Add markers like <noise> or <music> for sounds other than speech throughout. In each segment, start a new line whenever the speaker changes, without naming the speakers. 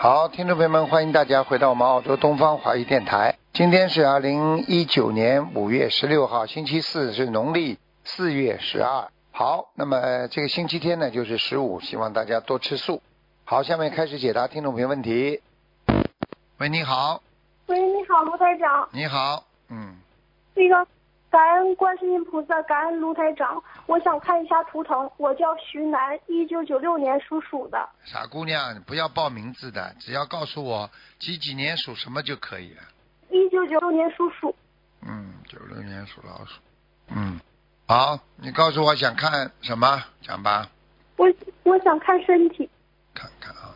好，听众朋友们，欢迎大家回到我们澳洲东方华语电台。今天是二零一九年五月十六号，星期四，是农历四月十二。好，那么这个星期天呢，就是十五，希望大家多吃素。好，下面开始解答听众朋友问题。喂，你好，
喂，你好，卢台长，
你好，嗯，
那个感恩观世音菩萨，感恩卢台长，我想看一下图腾，我叫徐楠，一九九六年属鼠的，
傻姑娘，你不要报名字的，只要告诉我几几年属什么就可以了。
一九九六年属鼠，
嗯，九六年属老鼠。嗯，好，你告诉我想看什么？讲吧，
我我想看身体，
看看啊。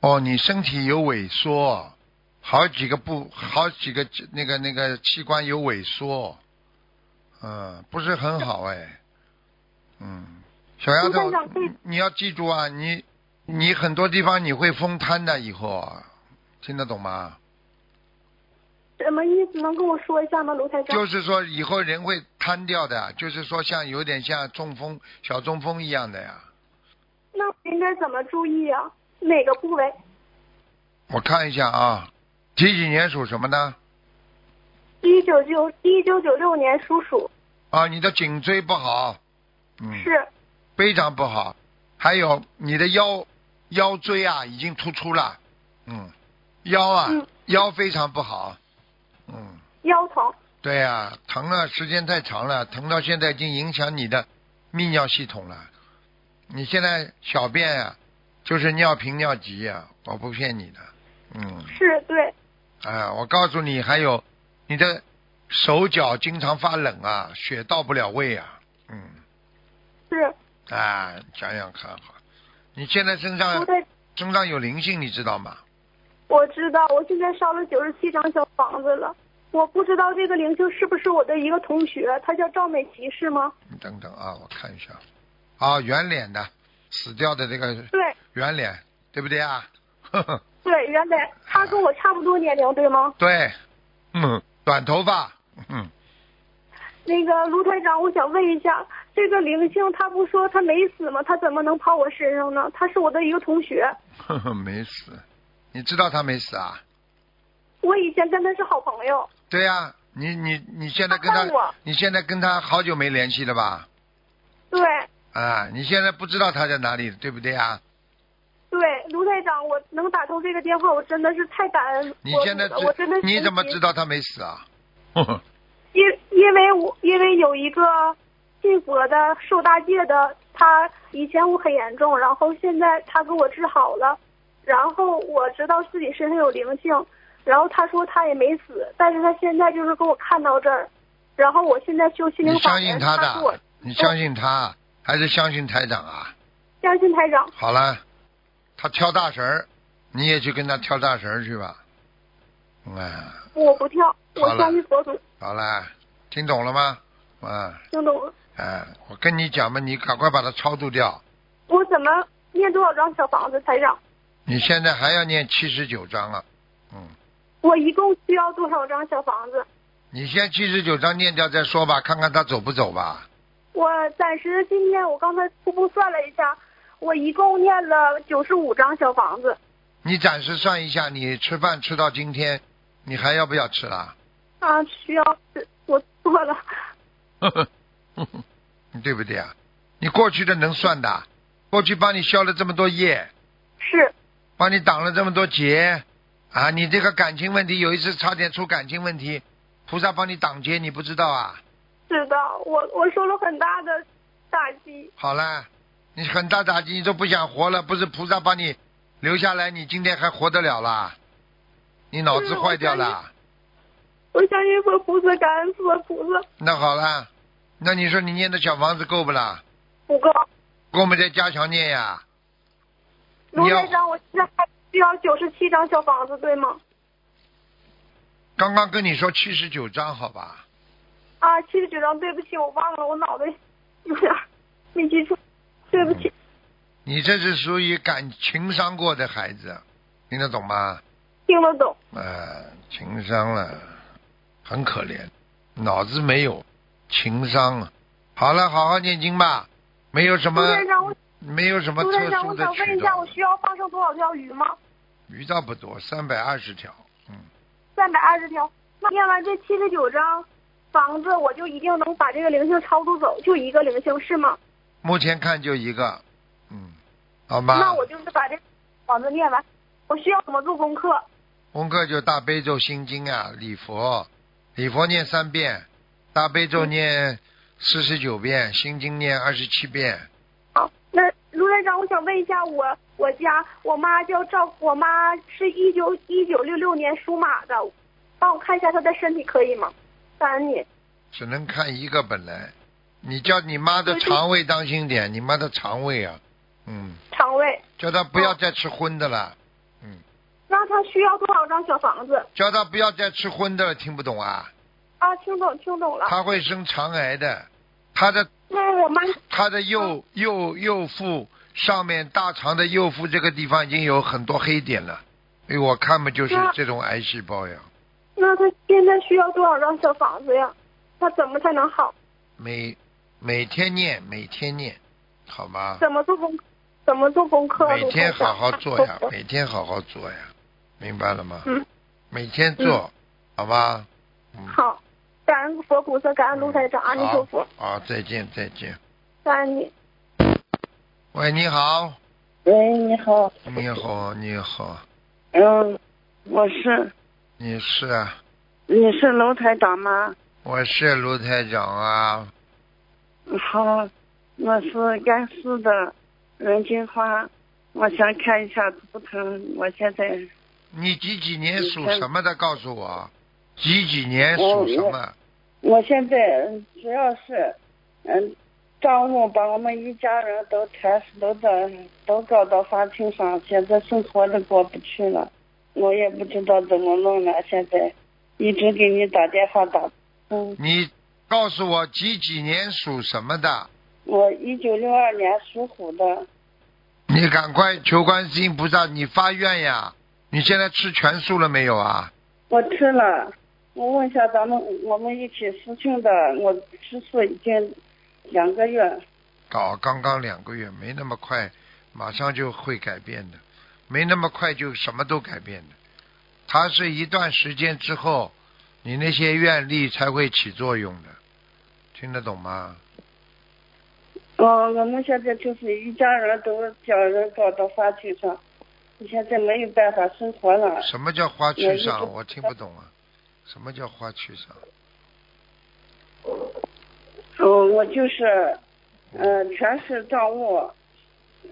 哦，你身体有萎缩，好几个部，好几个那个那个器官有萎缩，嗯，不是很好哎。嗯，小丫头
卢台长对，
你要记住啊，你你很多地方你会风瘫的，以后啊听得懂吗？
什么意思？能跟我说一下吗，卢台长？
就是说以后人会瘫掉的，就是说像有点像中风、小中风一样的呀。
那我应该怎么注意啊？哪个部位？
我看一下啊，几几年属什么呢？
一九九一九九六年属鼠，
啊，你的颈椎不好，嗯，
是
非常不好，还有你的腰腰椎啊已经突出了，嗯，腰啊、
嗯
腰非常不好，嗯，
腰疼，
对呀、疼了时间太长了，疼到现在已经影响你的泌尿系统了，你现在小便啊就是尿频尿急呀、我不骗你的，嗯。
是对，
啊，我告诉你，还有你的手脚经常发冷啊，血到不了胃啊，嗯，
是
啊，想想看好，你现在身
卢
上
台，
身上有灵性，你知道吗？
我知道，我现在烧了九十七张小房子了。我不知道这个灵性是不是我的一个同学，他叫赵美琪，是吗？
你等等啊，我看一下，啊，圆脸的，死掉的这个
对
圆脸，对不对啊？ <laughs> 呵呵，
对，原来他跟我差不多年龄，对吗？
对，嗯，短头发，嗯，
那个卢台长，我想问一下，这个灵性他不说他没死吗？他怎么能跑我身上呢？他是我的一个同学，
呵呵，嗯 <laughs> 没死，你知道他没死啊？
我以前跟他是好朋友。
对呀、你你你现在跟
他看啊我
你现在跟他好久没联系了吧？
对
啊，你现在不知道他在哪里，对不对啊？
对，卢台长，我能打通这个电话，我真的是太感恩。
你现在知
我我真的是
你怎么知道他没死啊？ <laughs> 呵呵
因因为我因为有一个信佛的受大戒的，他以前我很严重，然后现在他给我治好了，然后我知道自己身上有灵性，然后他说他也没死，但是他现在就是给我看到这儿，然后我现在修心灵
你相
法门，
信
他给我
的？你相信他还是相信台长啊？
相信台长，
好了，他跳大神儿，你也去跟他跳大神儿去吧。嗯啊，
我不跳，我
好了
相信佛祖，
好了，听懂了吗？啊
听懂了？
啊，我跟你讲嘛，你赶快把他超度掉。
我怎么念多少张小房子，台长？
你现在还要念七十九章啊？嗯，
我一共需要多少张小房子？
你先七十九章念掉再说吧，看看他走不走吧。
我暂时今天我刚才初步算了一下，我一共念了九十五张小房子
你暂时算一下，你吃饭吃到今天，你还要不要吃了？
啊，需要我错了，
对不对啊？你过去的能算的，啊过去帮你消了这么多业，
是
帮你挡了这么多劫，啊，你这个感情问题有一次差点出感情问题，菩萨帮你挡劫，你不知道啊？
知道我我受了很大的打击，
好了，你很大打击，你都不想活了，不是菩萨帮你留下来，你今天还活得了啦？你脑子坏掉
嗯我相
了。
我相信佛菩萨，感恩佛菩萨
那好啦，那你说你念的小房子够不啦？
不够。
够我们再加强念呀。
卢
你要
台长，我现在还需要九十七张小房子，对吗？
刚刚跟你说七十九章，好吧？
啊，七十九张，对不起，我忘了，我脑袋有点儿没记住，对不起，
你这是属于感情伤过的孩子，听得懂吗？
听得懂。
呃，情商了，很可怜，脑子没有，情商了。好了，好好念经吧，没有什
卢
么
台长，我
没有什么
卢
特
台长，
殊
我
的
想问
举
一下，我
动。
需要放生多少条鱼吗？
鱼倒不多，三百二十条。嗯，
三百二十条。那念完这七十九章房子，我就一定能把这个灵性超度走，就一个灵性是吗？
目前看就一个。嗯，好吗？
那我就是把这房子念完，我需要怎么做功课？
功课就大悲咒心经啊，礼佛，礼佛念三遍，大悲咒念四十九遍，心经念二十七遍。
好，那卢院长，我想问一下我，我家我妈叫赵，我妈是一九一九六六年属马的，帮我看一下她的身体可以吗？感恩你。
只能看一个本来。你叫你妈的肠胃当心点，你妈的肠胃啊，嗯，
肠胃，
叫她不要再吃荤的了，嗯，
那她需要多少张小房子？
叫她不要再吃荤的了，听不懂啊？
啊，听懂听懂了。
她会生肠癌的，她的
那我妈
她的
哦
右右右腹上面大肠的右腹这个地方已经有很多黑点了，因为我看嘛就是
那
这种癌细胞呀，
那她现在需要多少张小房子呀？她怎么才能好？
每每天念每天念，好吗？
怎么做功？怎么做功课？啊
每天
卢台长
好好做呀，每天好好做呀，明白了吗？
嗯，
每天做，好吧？嗯，
好，感恩佛菩萨，感恩卢台长，阿弥陀佛，
好。好，再见，再见。
感恩你。
喂，你好，
喂，你好，
你好，你好，
嗯，我是，
你是？啊
你是楼台长吗？
我是卢台长啊，
好，我是甘肃的任金花，我想看一下图腾，我现在嗯
你几几年属什么的？告诉我，几几年属什么？
我现在嗯主要是，嗯，丈夫把我们一家人都抬死，都到都搞到法庭上，现在生活都过不去了，我也不知道怎么弄了，现在一直给你打电话打，嗯，
你告诉我几几年属什么的？
我一九六二年属虎的。
你赶快求观世音菩萨，你发愿呀！你现在吃全素了没有啊？
我吃了，我问一下咱们我们一起私庆的，我吃素已经两个月。
搞刚刚两个月，没那么快，马上就会改变的，没那么快就什么都改变的。它是一段时间之后，你那些愿力才会起作用的，听得懂吗？
哦，我们现在就是一家人都将人搞到法庭上，现在没有办法生活了。
什么叫花去
我一直
上？
不
我听不懂啊。什么叫花去上？
哦，我就是，嗯、全是账务，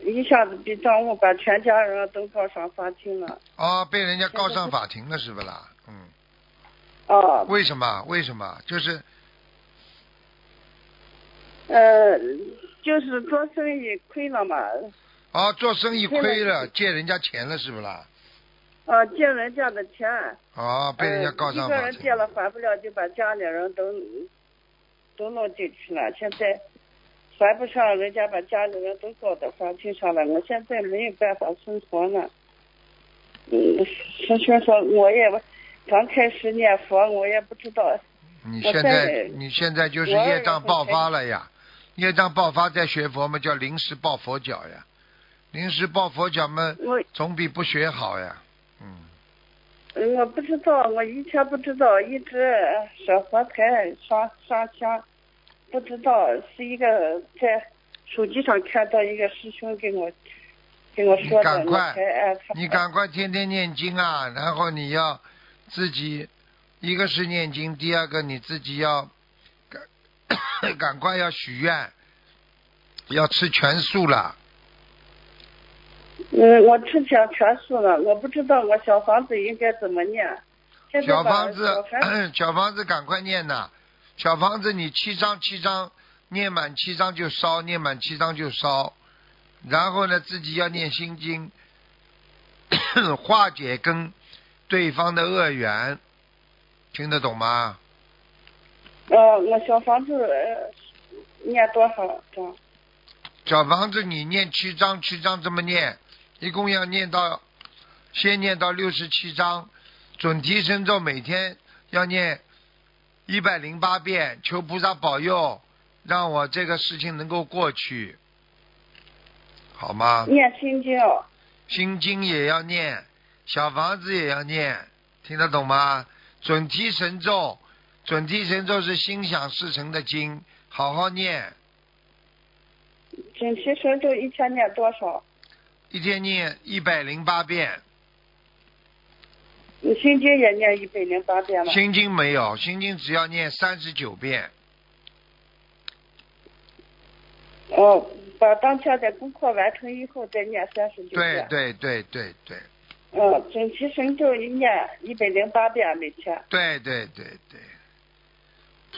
一下子比账务把全家人都告上法庭了。
哦，被人家告上法庭了是不啦？嗯。
哦，
为什么？为什么？就是
呃，就是做生意亏了嘛，
哦，做生意亏
现
了，借人家钱了是不啦？
啊、借人家的钱。
哦，被人家告上
呃。一个
法
人
庭。
借了还不了，就把家里人都都弄进去了。现在还不上，人家把家里人都告到法庭上了。我现在没有办法生活了。嗯，师兄说我也刚开始念佛，我也不知道。
你
我
现
在
在你现在就是业障爆发了呀，业障爆发在学佛嘛，叫临时抱佛脚呀，临时抱佛脚嘛，
我
总比不学好呀。嗯，
我不知道，我以前不知道，一直呃舍佛台上上香，不知道是一个在手机上看到一个师兄给我跟我说的，
你赶
我
快
才哎，他
你赶快天天念经啊，然后你要自己，一个是念经，第二个你自己要赶 <coughs> 赶快要许愿，要吃全素了。
嗯，我吃全全素了，我不知道我小房子应该怎么念。现在
小
吧
房子
小房，
小房子赶快念呐！小房子你七张七张念满七张就烧，念满七张就烧。然后呢，自己要念心经， <coughs> 化解跟对方的恶缘，听得懂吗？
呃，我小房子呃念多少张？
小房子你念七张，七张这么念，一共要念到，先念到六十七章，准提神咒每天要念一百零八遍，求菩萨保佑，让我这个事情能够过去，好吗？啊
念心经哦，
心经也要念，小房子也要念，听得懂吗？准提神咒，准提神咒是心想事成的经，好好念，
准提神咒一天念多少？
一天念一百零八遍。
你心经也念一百零八遍了。
心经没有，心经只要念三十九遍。
哦，把当天的功课完成以后再念三十九
对
遍。
对对对对
对。嗯，准提神咒一念一百零八遍每天。
对对对对。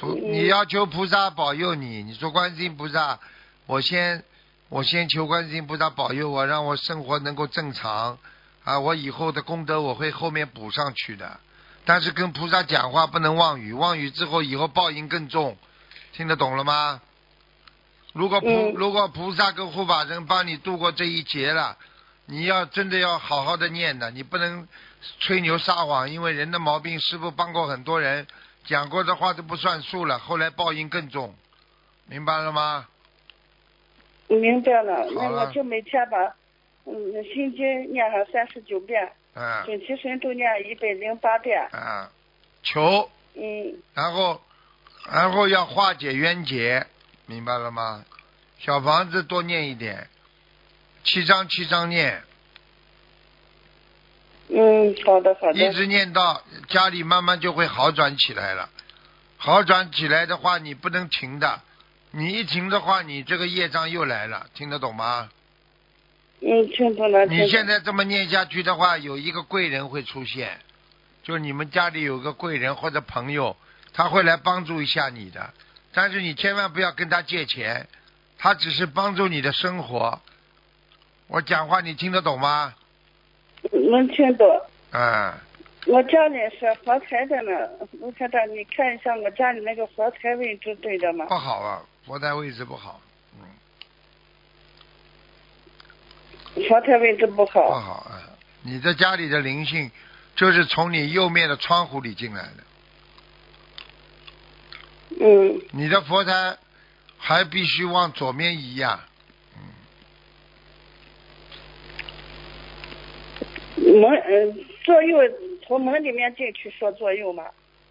菩，
嗯
你要求菩萨保佑你，你说观世音菩萨，我先我先求观世音菩萨保佑我，让我生活能够正常啊！我以后的功德我会后面补上去的，但是跟菩萨讲话不能妄语，妄语之后以后报应更重，听得懂了吗？如果菩、
嗯
如果菩萨跟护法神帮你度过这一劫了，你要真的要好好的念的，你不能吹牛撒谎，因为人的毛病，师傅帮过很多人，讲过的话都不算数了，后来报应更重，明白了吗？
明白了，
好
那
了
我就每天把嗯心经念上三十九遍，
嗯
准提神咒念一百零八遍，
嗯，求，
嗯
然后然后要化解冤结，明白了吗？小房子多念一点，七章七章念，
嗯，好的好的，
一直念到家里慢慢就会好转起来了。好转起来的话，你不能停的，你一停的话，你这个业障又来了，听得懂吗？
嗯，听懂了，
你
听
现
懂了
在这么念下去的话，有一个贵人会出现，就是你们家里有个贵人或者朋友，他会来帮助一下你的。但是你千万不要跟他借钱，他只是帮助你的生活。我讲话你听得懂吗？
能听懂。
嗯，
我家里是佛台的呢，卢台长，你看一下我家里那个佛台位置对的吗
不？好啊，佛台位置不好，嗯，
佛台位置不
不
好，
好啊。你的家里的灵性，就是从你右面的窗户里进来的。
嗯，
你的佛台还必须往左面移呀、
门嗯左右从门里面进去说左右嘛，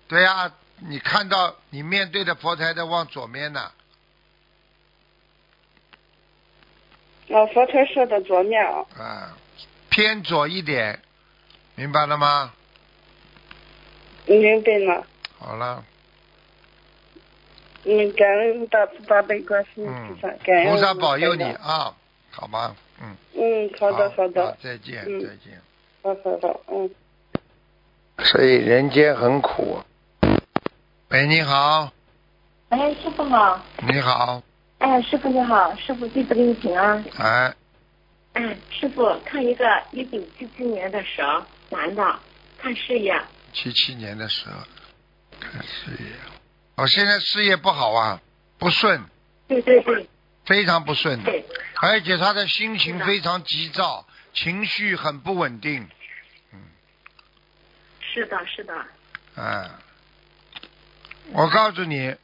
对呀、你看到你面对的佛台的往左面呢，
啊，佛台设的左面啊，
啊，偏左一点，明白了吗？
明白了。
好了，
嗯，感恩大慈大悲观世音菩萨，感恩
嗯菩萨保佑你
我们台长。
啊，好吗？嗯，
嗯，好的，好
好
的，
再见，
嗯
再见。
好好的，嗯。
所以人间很苦。喂，你好，
哎，师傅好！
你好，
哎，师傅你好，师傅弟子给你请安。
哎，
哎，师傅看一个一九七七年的蛇，男的，看事业。
七七年的时候，看事业，我现在事业不好啊，不顺，
对对对
非常不顺。
对，
而且他的心情
是的
非常急躁，情绪很不稳定，
是的，是的。
啊！我告诉你，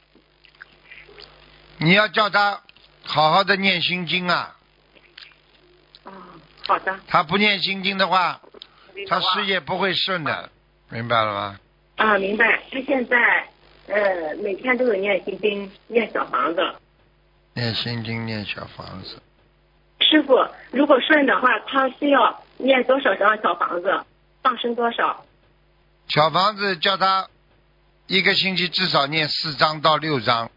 你要叫他好好的念心经啊，
哦，好的。
他不念心经的话，他事业不会顺的，明白了吗？
啊，明白。他现在呃每天都有念心经，念小房子。
念心经，念小房子，
师傅，如果顺的话，他需要念多少张小房子？放生多少？
小房子叫他一个星期至少念四章到六章，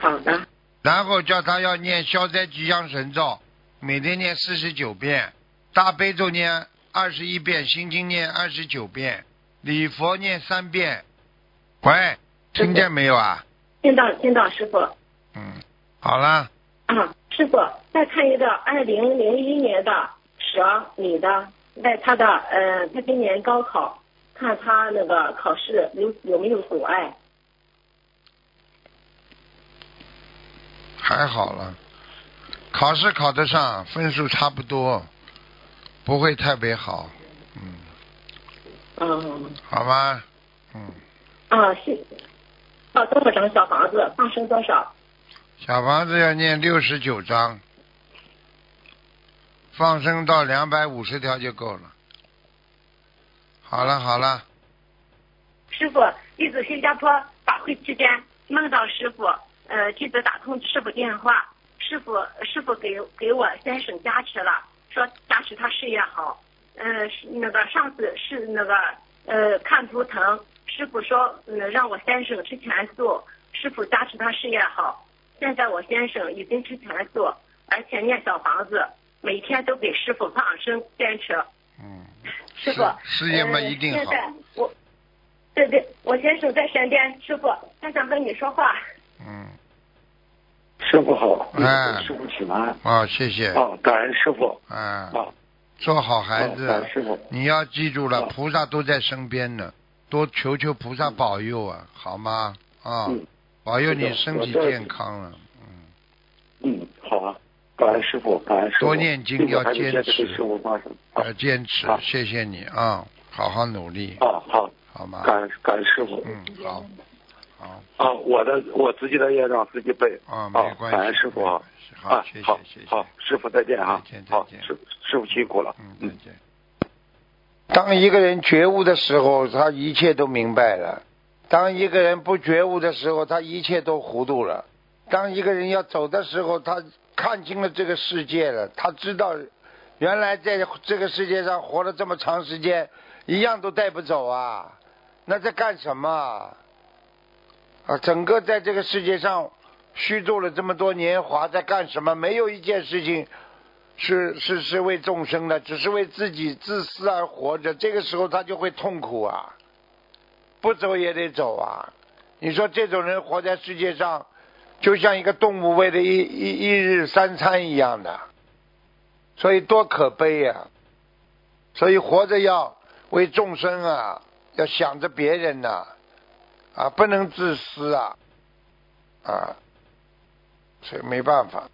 好的，
然后叫他要念消灾吉祥神咒，每天念四十九遍，大悲咒念二十一遍，心经念二十九遍，礼佛念三遍。喂，听见没有啊？
听到听到，师傅。
嗯，好了，
啊，师傅，再看一个二零零一年的蛇女的，在她的呃，她今年高考，看她那个考试有有没有阻碍？
还好了，考试考得上，分数差不多，不会特别好。嗯，
嗯，
好吧，嗯，
啊，是，啊，多少张小房子，放生多少？
小房子要念六十九章，放生到两百五十条就够了。好了好了，
师傅，弟子新加坡法会期间梦到师傅，呃，弟子打通师傅电话，师傅师傅给给我先生加持了，说加持他事业好。呃，是那个上次是那个呃看图腾，师傅说、嗯、让我先生吃全素，师傅加持他事业好。现在我先生已经吃全素，而且念小房子，每天都给师傅放生坚持。
嗯，事
师傅，
事业嘛
呃
一定
现
好
在我，对对，我先生在身边，师傅，他想跟你说话。
嗯，
师傅好，嗯
哎
师傅请安。
哦，谢谢，
啊，感恩师傅
啊，
啊，
做好孩
啊感恩
子，
师傅。
你要记住了，
哦
菩萨都在身边呢，多求求菩萨保佑啊，好吗？啊
嗯，
保佑
是
你
的
身体
我这
健康了，嗯，
嗯，好啊，感恩师傅，感恩师傅。
多念经
这个
要
还是
坚
接着给
持
师傅放生。啊
要坚持
好，
谢谢你啊，好好努力，
啊，好，
好吗？
感恩感恩师傅。
嗯，好，好
啊，我的我自己的业让自己背。
啊，没
啊，
关
感恩
系，
师傅啊。
没关
啊
系，好，
好
谢谢，谢，谢
好，，师傅再见啊
再见，再
好，
见
师师傅辛苦了。
嗯，再
嗯。
见。
当一个人觉悟的时候，他一切都明白了；当一个人不觉悟的时候，他一切都糊涂了；当一个人要走的时候，他看清了这个世界了，他知道原来在这个世界上活了这么长时间，一样都带不走啊！那在干什么啊？啊，整个在这个世界上虚度了这么多年华，在干什么？没有一件事情是是是为众生的，只是为自己自私而活着。这个时候他就会痛苦啊，不走也得走啊。你说这种人活在世界上，就像一个动物为了一一一日三餐一样的，所以多可悲呀、所以活着要为众生啊，要想着别人呐、啊，不能自私啊，啊，所以没办法。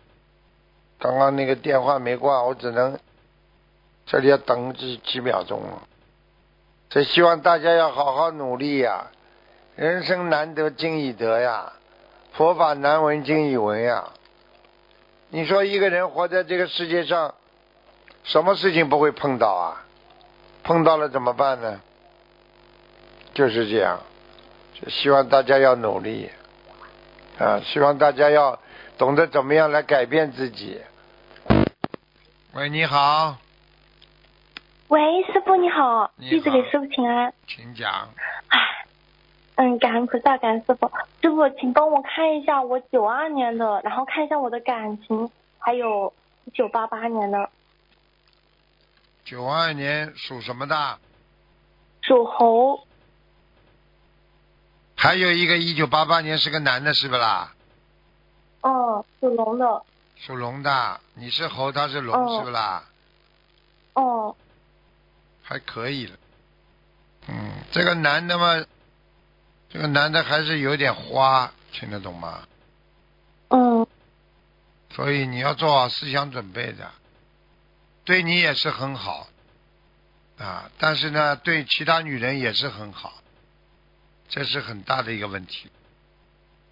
刚刚那个电话没挂，我只能这里要等几几秒钟了。所以希望大家要好好努力呀、人生难得今已得呀，佛法难闻今已闻呀。你说一个人活在这个世界上，什么事情不会碰到啊？碰到了怎么办呢？就是这样，就希望大家要努力啊！希望大家要懂得怎么样来改变自己。
喂，你好，
喂，师傅你好，
你好
弟子给师傅请安。
请讲。
唉，嗯，感恩菩萨，感恩师傅。师傅，请帮我看一下我九二年的，然后看一下我的感情，还有九八八年的
九二年属什么的？
属猴。
还有一个一九八八年是个男的，是不啦？
嗯，属龙的。
属龙的，你是猴，他是龙，
哦
是不啦？
嗯，
还可以了。嗯，这个男的嘛，这个男的还是有点花，听得懂吗？
嗯，
所以你要做好思想准备的，对你也是很好啊，但是呢，对其他女人也是很好，这是很大的一个问题。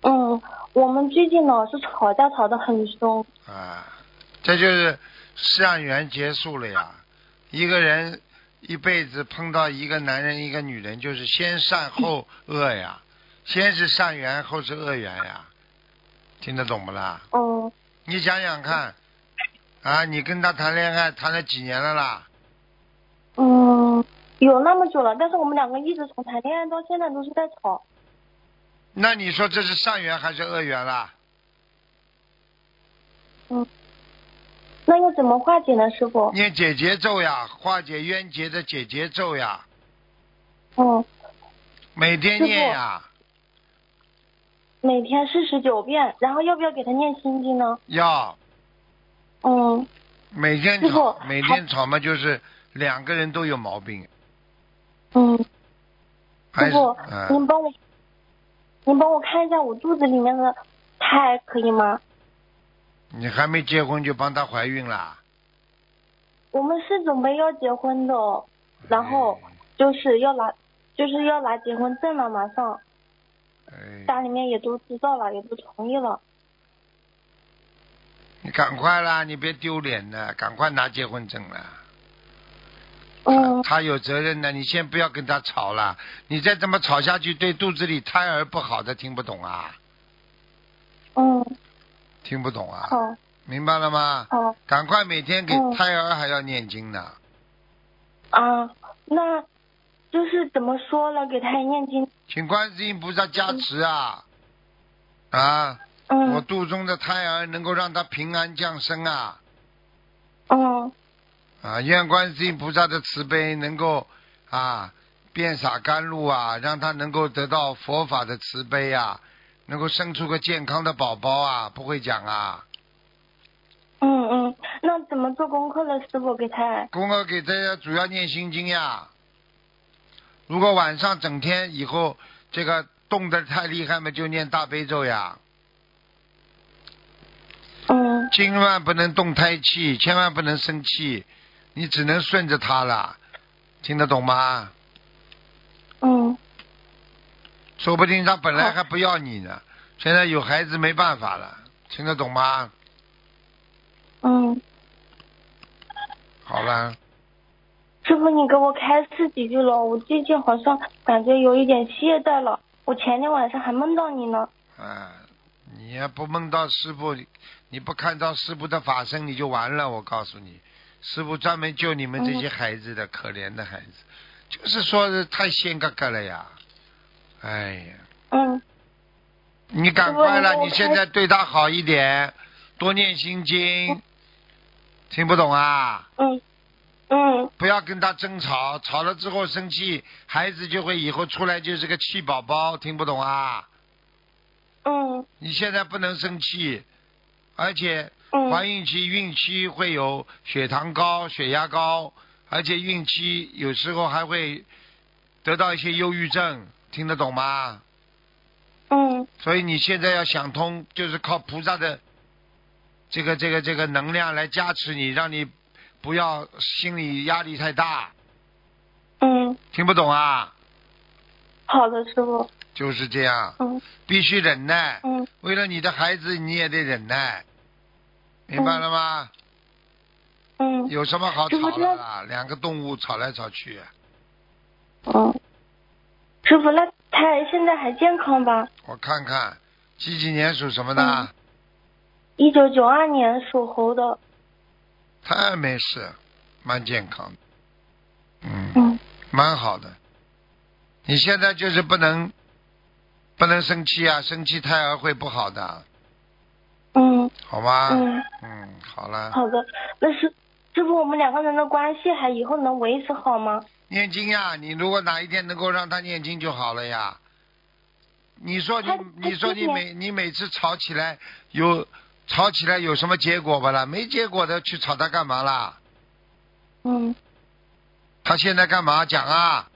嗯，我们最近老是吵架，吵得很凶。
啊，这就是善缘结束了呀。一个人一辈子碰到一个男人一个女人，就是先善后恶呀，先是善缘，后是恶缘呀。听得懂不啦？
嗯，
你想想看，啊，你跟他谈恋爱谈了几年了啦？
嗯，有那么久了，但是我们两个一直从谈恋爱到现在都是在吵。
那你说这是善缘还是恶缘啦？
那又怎么化解呢，师傅？
念解结咒呀，化解冤结的解结咒呀，
嗯，
每天
师
念
父
呀，
每天四十九遍，然后要不要给他念心经呢？
要
嗯，
每天
师
吵，
傅
每
还
天吵嘛，就是两个人都有毛病，
嗯，
还
师
是
傅，
嗯，
您帮我，您帮我看一下我肚子里面的胎可以吗？
你还没结婚就帮她怀孕啦？
我们是准备要结婚的，哦然后
嗯
就是要拿，就是要拿结婚证了，马上
嗯哎，
家里面也都知道了，也都同意了。
你赶快啦，你别丢脸了，赶快拿结婚证了。
嗯，
他有责任的，你先不要跟他吵了，你再这么吵下去，对肚子里胎儿不好的，听不懂啊，
嗯，
听不懂啊，
好，
明白了吗？
好
赶快每天给
嗯
胎儿还要念经呢，
啊，那就是怎么说了，给他念经，
请观世音菩萨加持啊，啊，我
嗯
肚中的胎儿能够让他平安降生啊，
嗯
啊，愿观世音菩萨的慈悲能够啊遍洒甘露啊，让他能够得到佛法的慈悲啊，能够生出个健康的宝宝啊，不会讲啊。
嗯嗯，那怎么做功课了，师傅给他，
功课给大家主要念心经呀。如果晚上整天以后这个冻得太厉害嘛，就念大悲咒呀。
嗯
千万不能动胎气，千万不能生气，你只能顺着他了，听得懂吗？
嗯
说不定他本来
好
还不要你呢，现在有孩子没办法了，听得懂吗？
嗯，
好了，
师傅你给我开示几句了，我最近好像感觉有一点懈怠了，我前天晚上还梦到你呢，
啊，你要不梦到师傅，你不看到师傅的法身，你就完了。我告诉你，师傅专门救你们这些孩子的，可怜的孩子，就是说是太仙哥哥了呀。哎呀，
嗯
你赶快了，
师傅
你现在对他好一点，多念心经。听不懂啊？
嗯嗯
不要跟他争吵，吵了之后生气，孩子就会以后出来就是个气宝宝，听不懂啊？
嗯
你现在不能生气，而且怀
嗯
孕期、孕期会有血糖高、血压高，而且孕期有时候还会得到一些忧郁症，听得懂吗？
嗯
所以你现在要想通，就是靠菩萨的这个、这个、这个能量来加持你，让你不要心理压力太大。
嗯，
听不懂啊？
好的，师傅，
就是这样，
嗯
必须忍耐。
嗯
为了你的孩子，你也得忍耐，明白了吗？
嗯
有什么好
师
吵
傅
的啦？两个动物吵来吵去，
嗯，师傅，那他现在还健康吧？
我看看，几几年属什么的？
嗯一九九二年属猴的，
他没事，蛮健康的，嗯，
嗯
蛮好的。你现在就是不能，不能生气啊，生气胎儿会不好的，
嗯
好吗？
嗯，
嗯，好了，
好的。那是师傅，我们两个人的关系还以后能维持好吗？
念经呀、你如果哪一天能够让他念经就好了呀。你说你
他，他
你说
今
你每你每次吵起来有吵起来有什么结果吧啦？没结果的去吵他干嘛啦？
嗯，
他现在干嘛讲啊？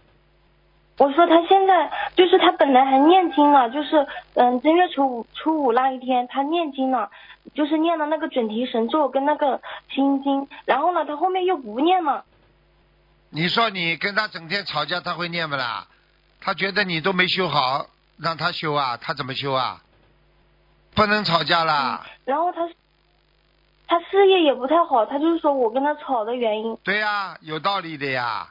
我说他现在就是他本来还念经呢，就是嗯正月初五初五那一天他念经呢，就是念了那个准提神咒跟那个心经，然后呢他后面又不念了。
你说你跟他整天吵架，他会念不啦？他觉得你都没修好，让他修啊，他怎么修啊？不能吵架啦，
然后他他事业也不太好，他就是说我跟他吵的原因。
对呀、有道理的呀。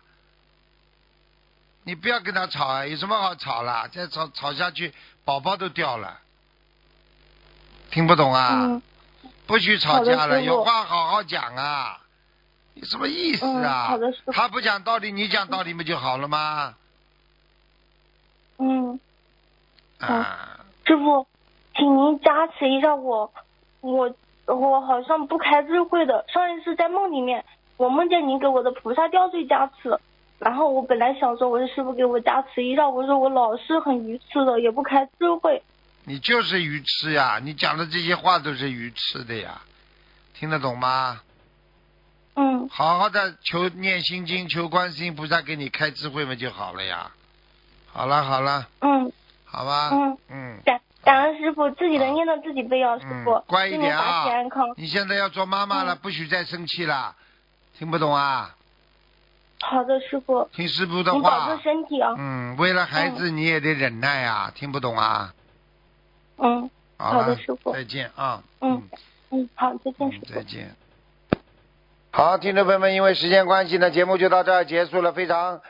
你不要跟他吵啊，有什么好吵啦？再吵吵下去，宝宝都掉了。听不懂啊？
嗯
不许吵架
好的
了，
师傅
有话好好讲啊！你什么意思
嗯
啊？
好的师傅
他不讲道理，你讲道理不就好了吗？
嗯，
啊，
师傅，请您加持一下我，我我好像不开智慧的。上一次在梦里面，我梦见您给我的菩萨吊坠加持，然后我本来想说我是师傅给我加持一下，我说我老是很愚痴的，也不开智慧。
你就是愚痴呀、你讲的这些话都是愚痴的呀，听得懂吗？
嗯
好好的求念心经，求观世音菩萨给你开智慧嘛就好了呀。好了好了，
嗯
好吧。
嗯
嗯
感感恩师傅，自己的念头自己背啊，师傅
嗯，乖一
祝您
点
法
啊
体安康。
你现在要做妈
嗯
妈了，不许再生气了，听不懂啊？
好的，师傅，
听师傅的
您保
话
重。身体啊。
嗯，为了孩子你也得忍耐啊，听不懂啊？
嗯
好
好的
了
师傅嗯
再见啊。
嗯嗯，好，再见，师
嗯
傅
再。见。好，听众朋友们，因为时间关系呢，节目就到这儿结束了，非常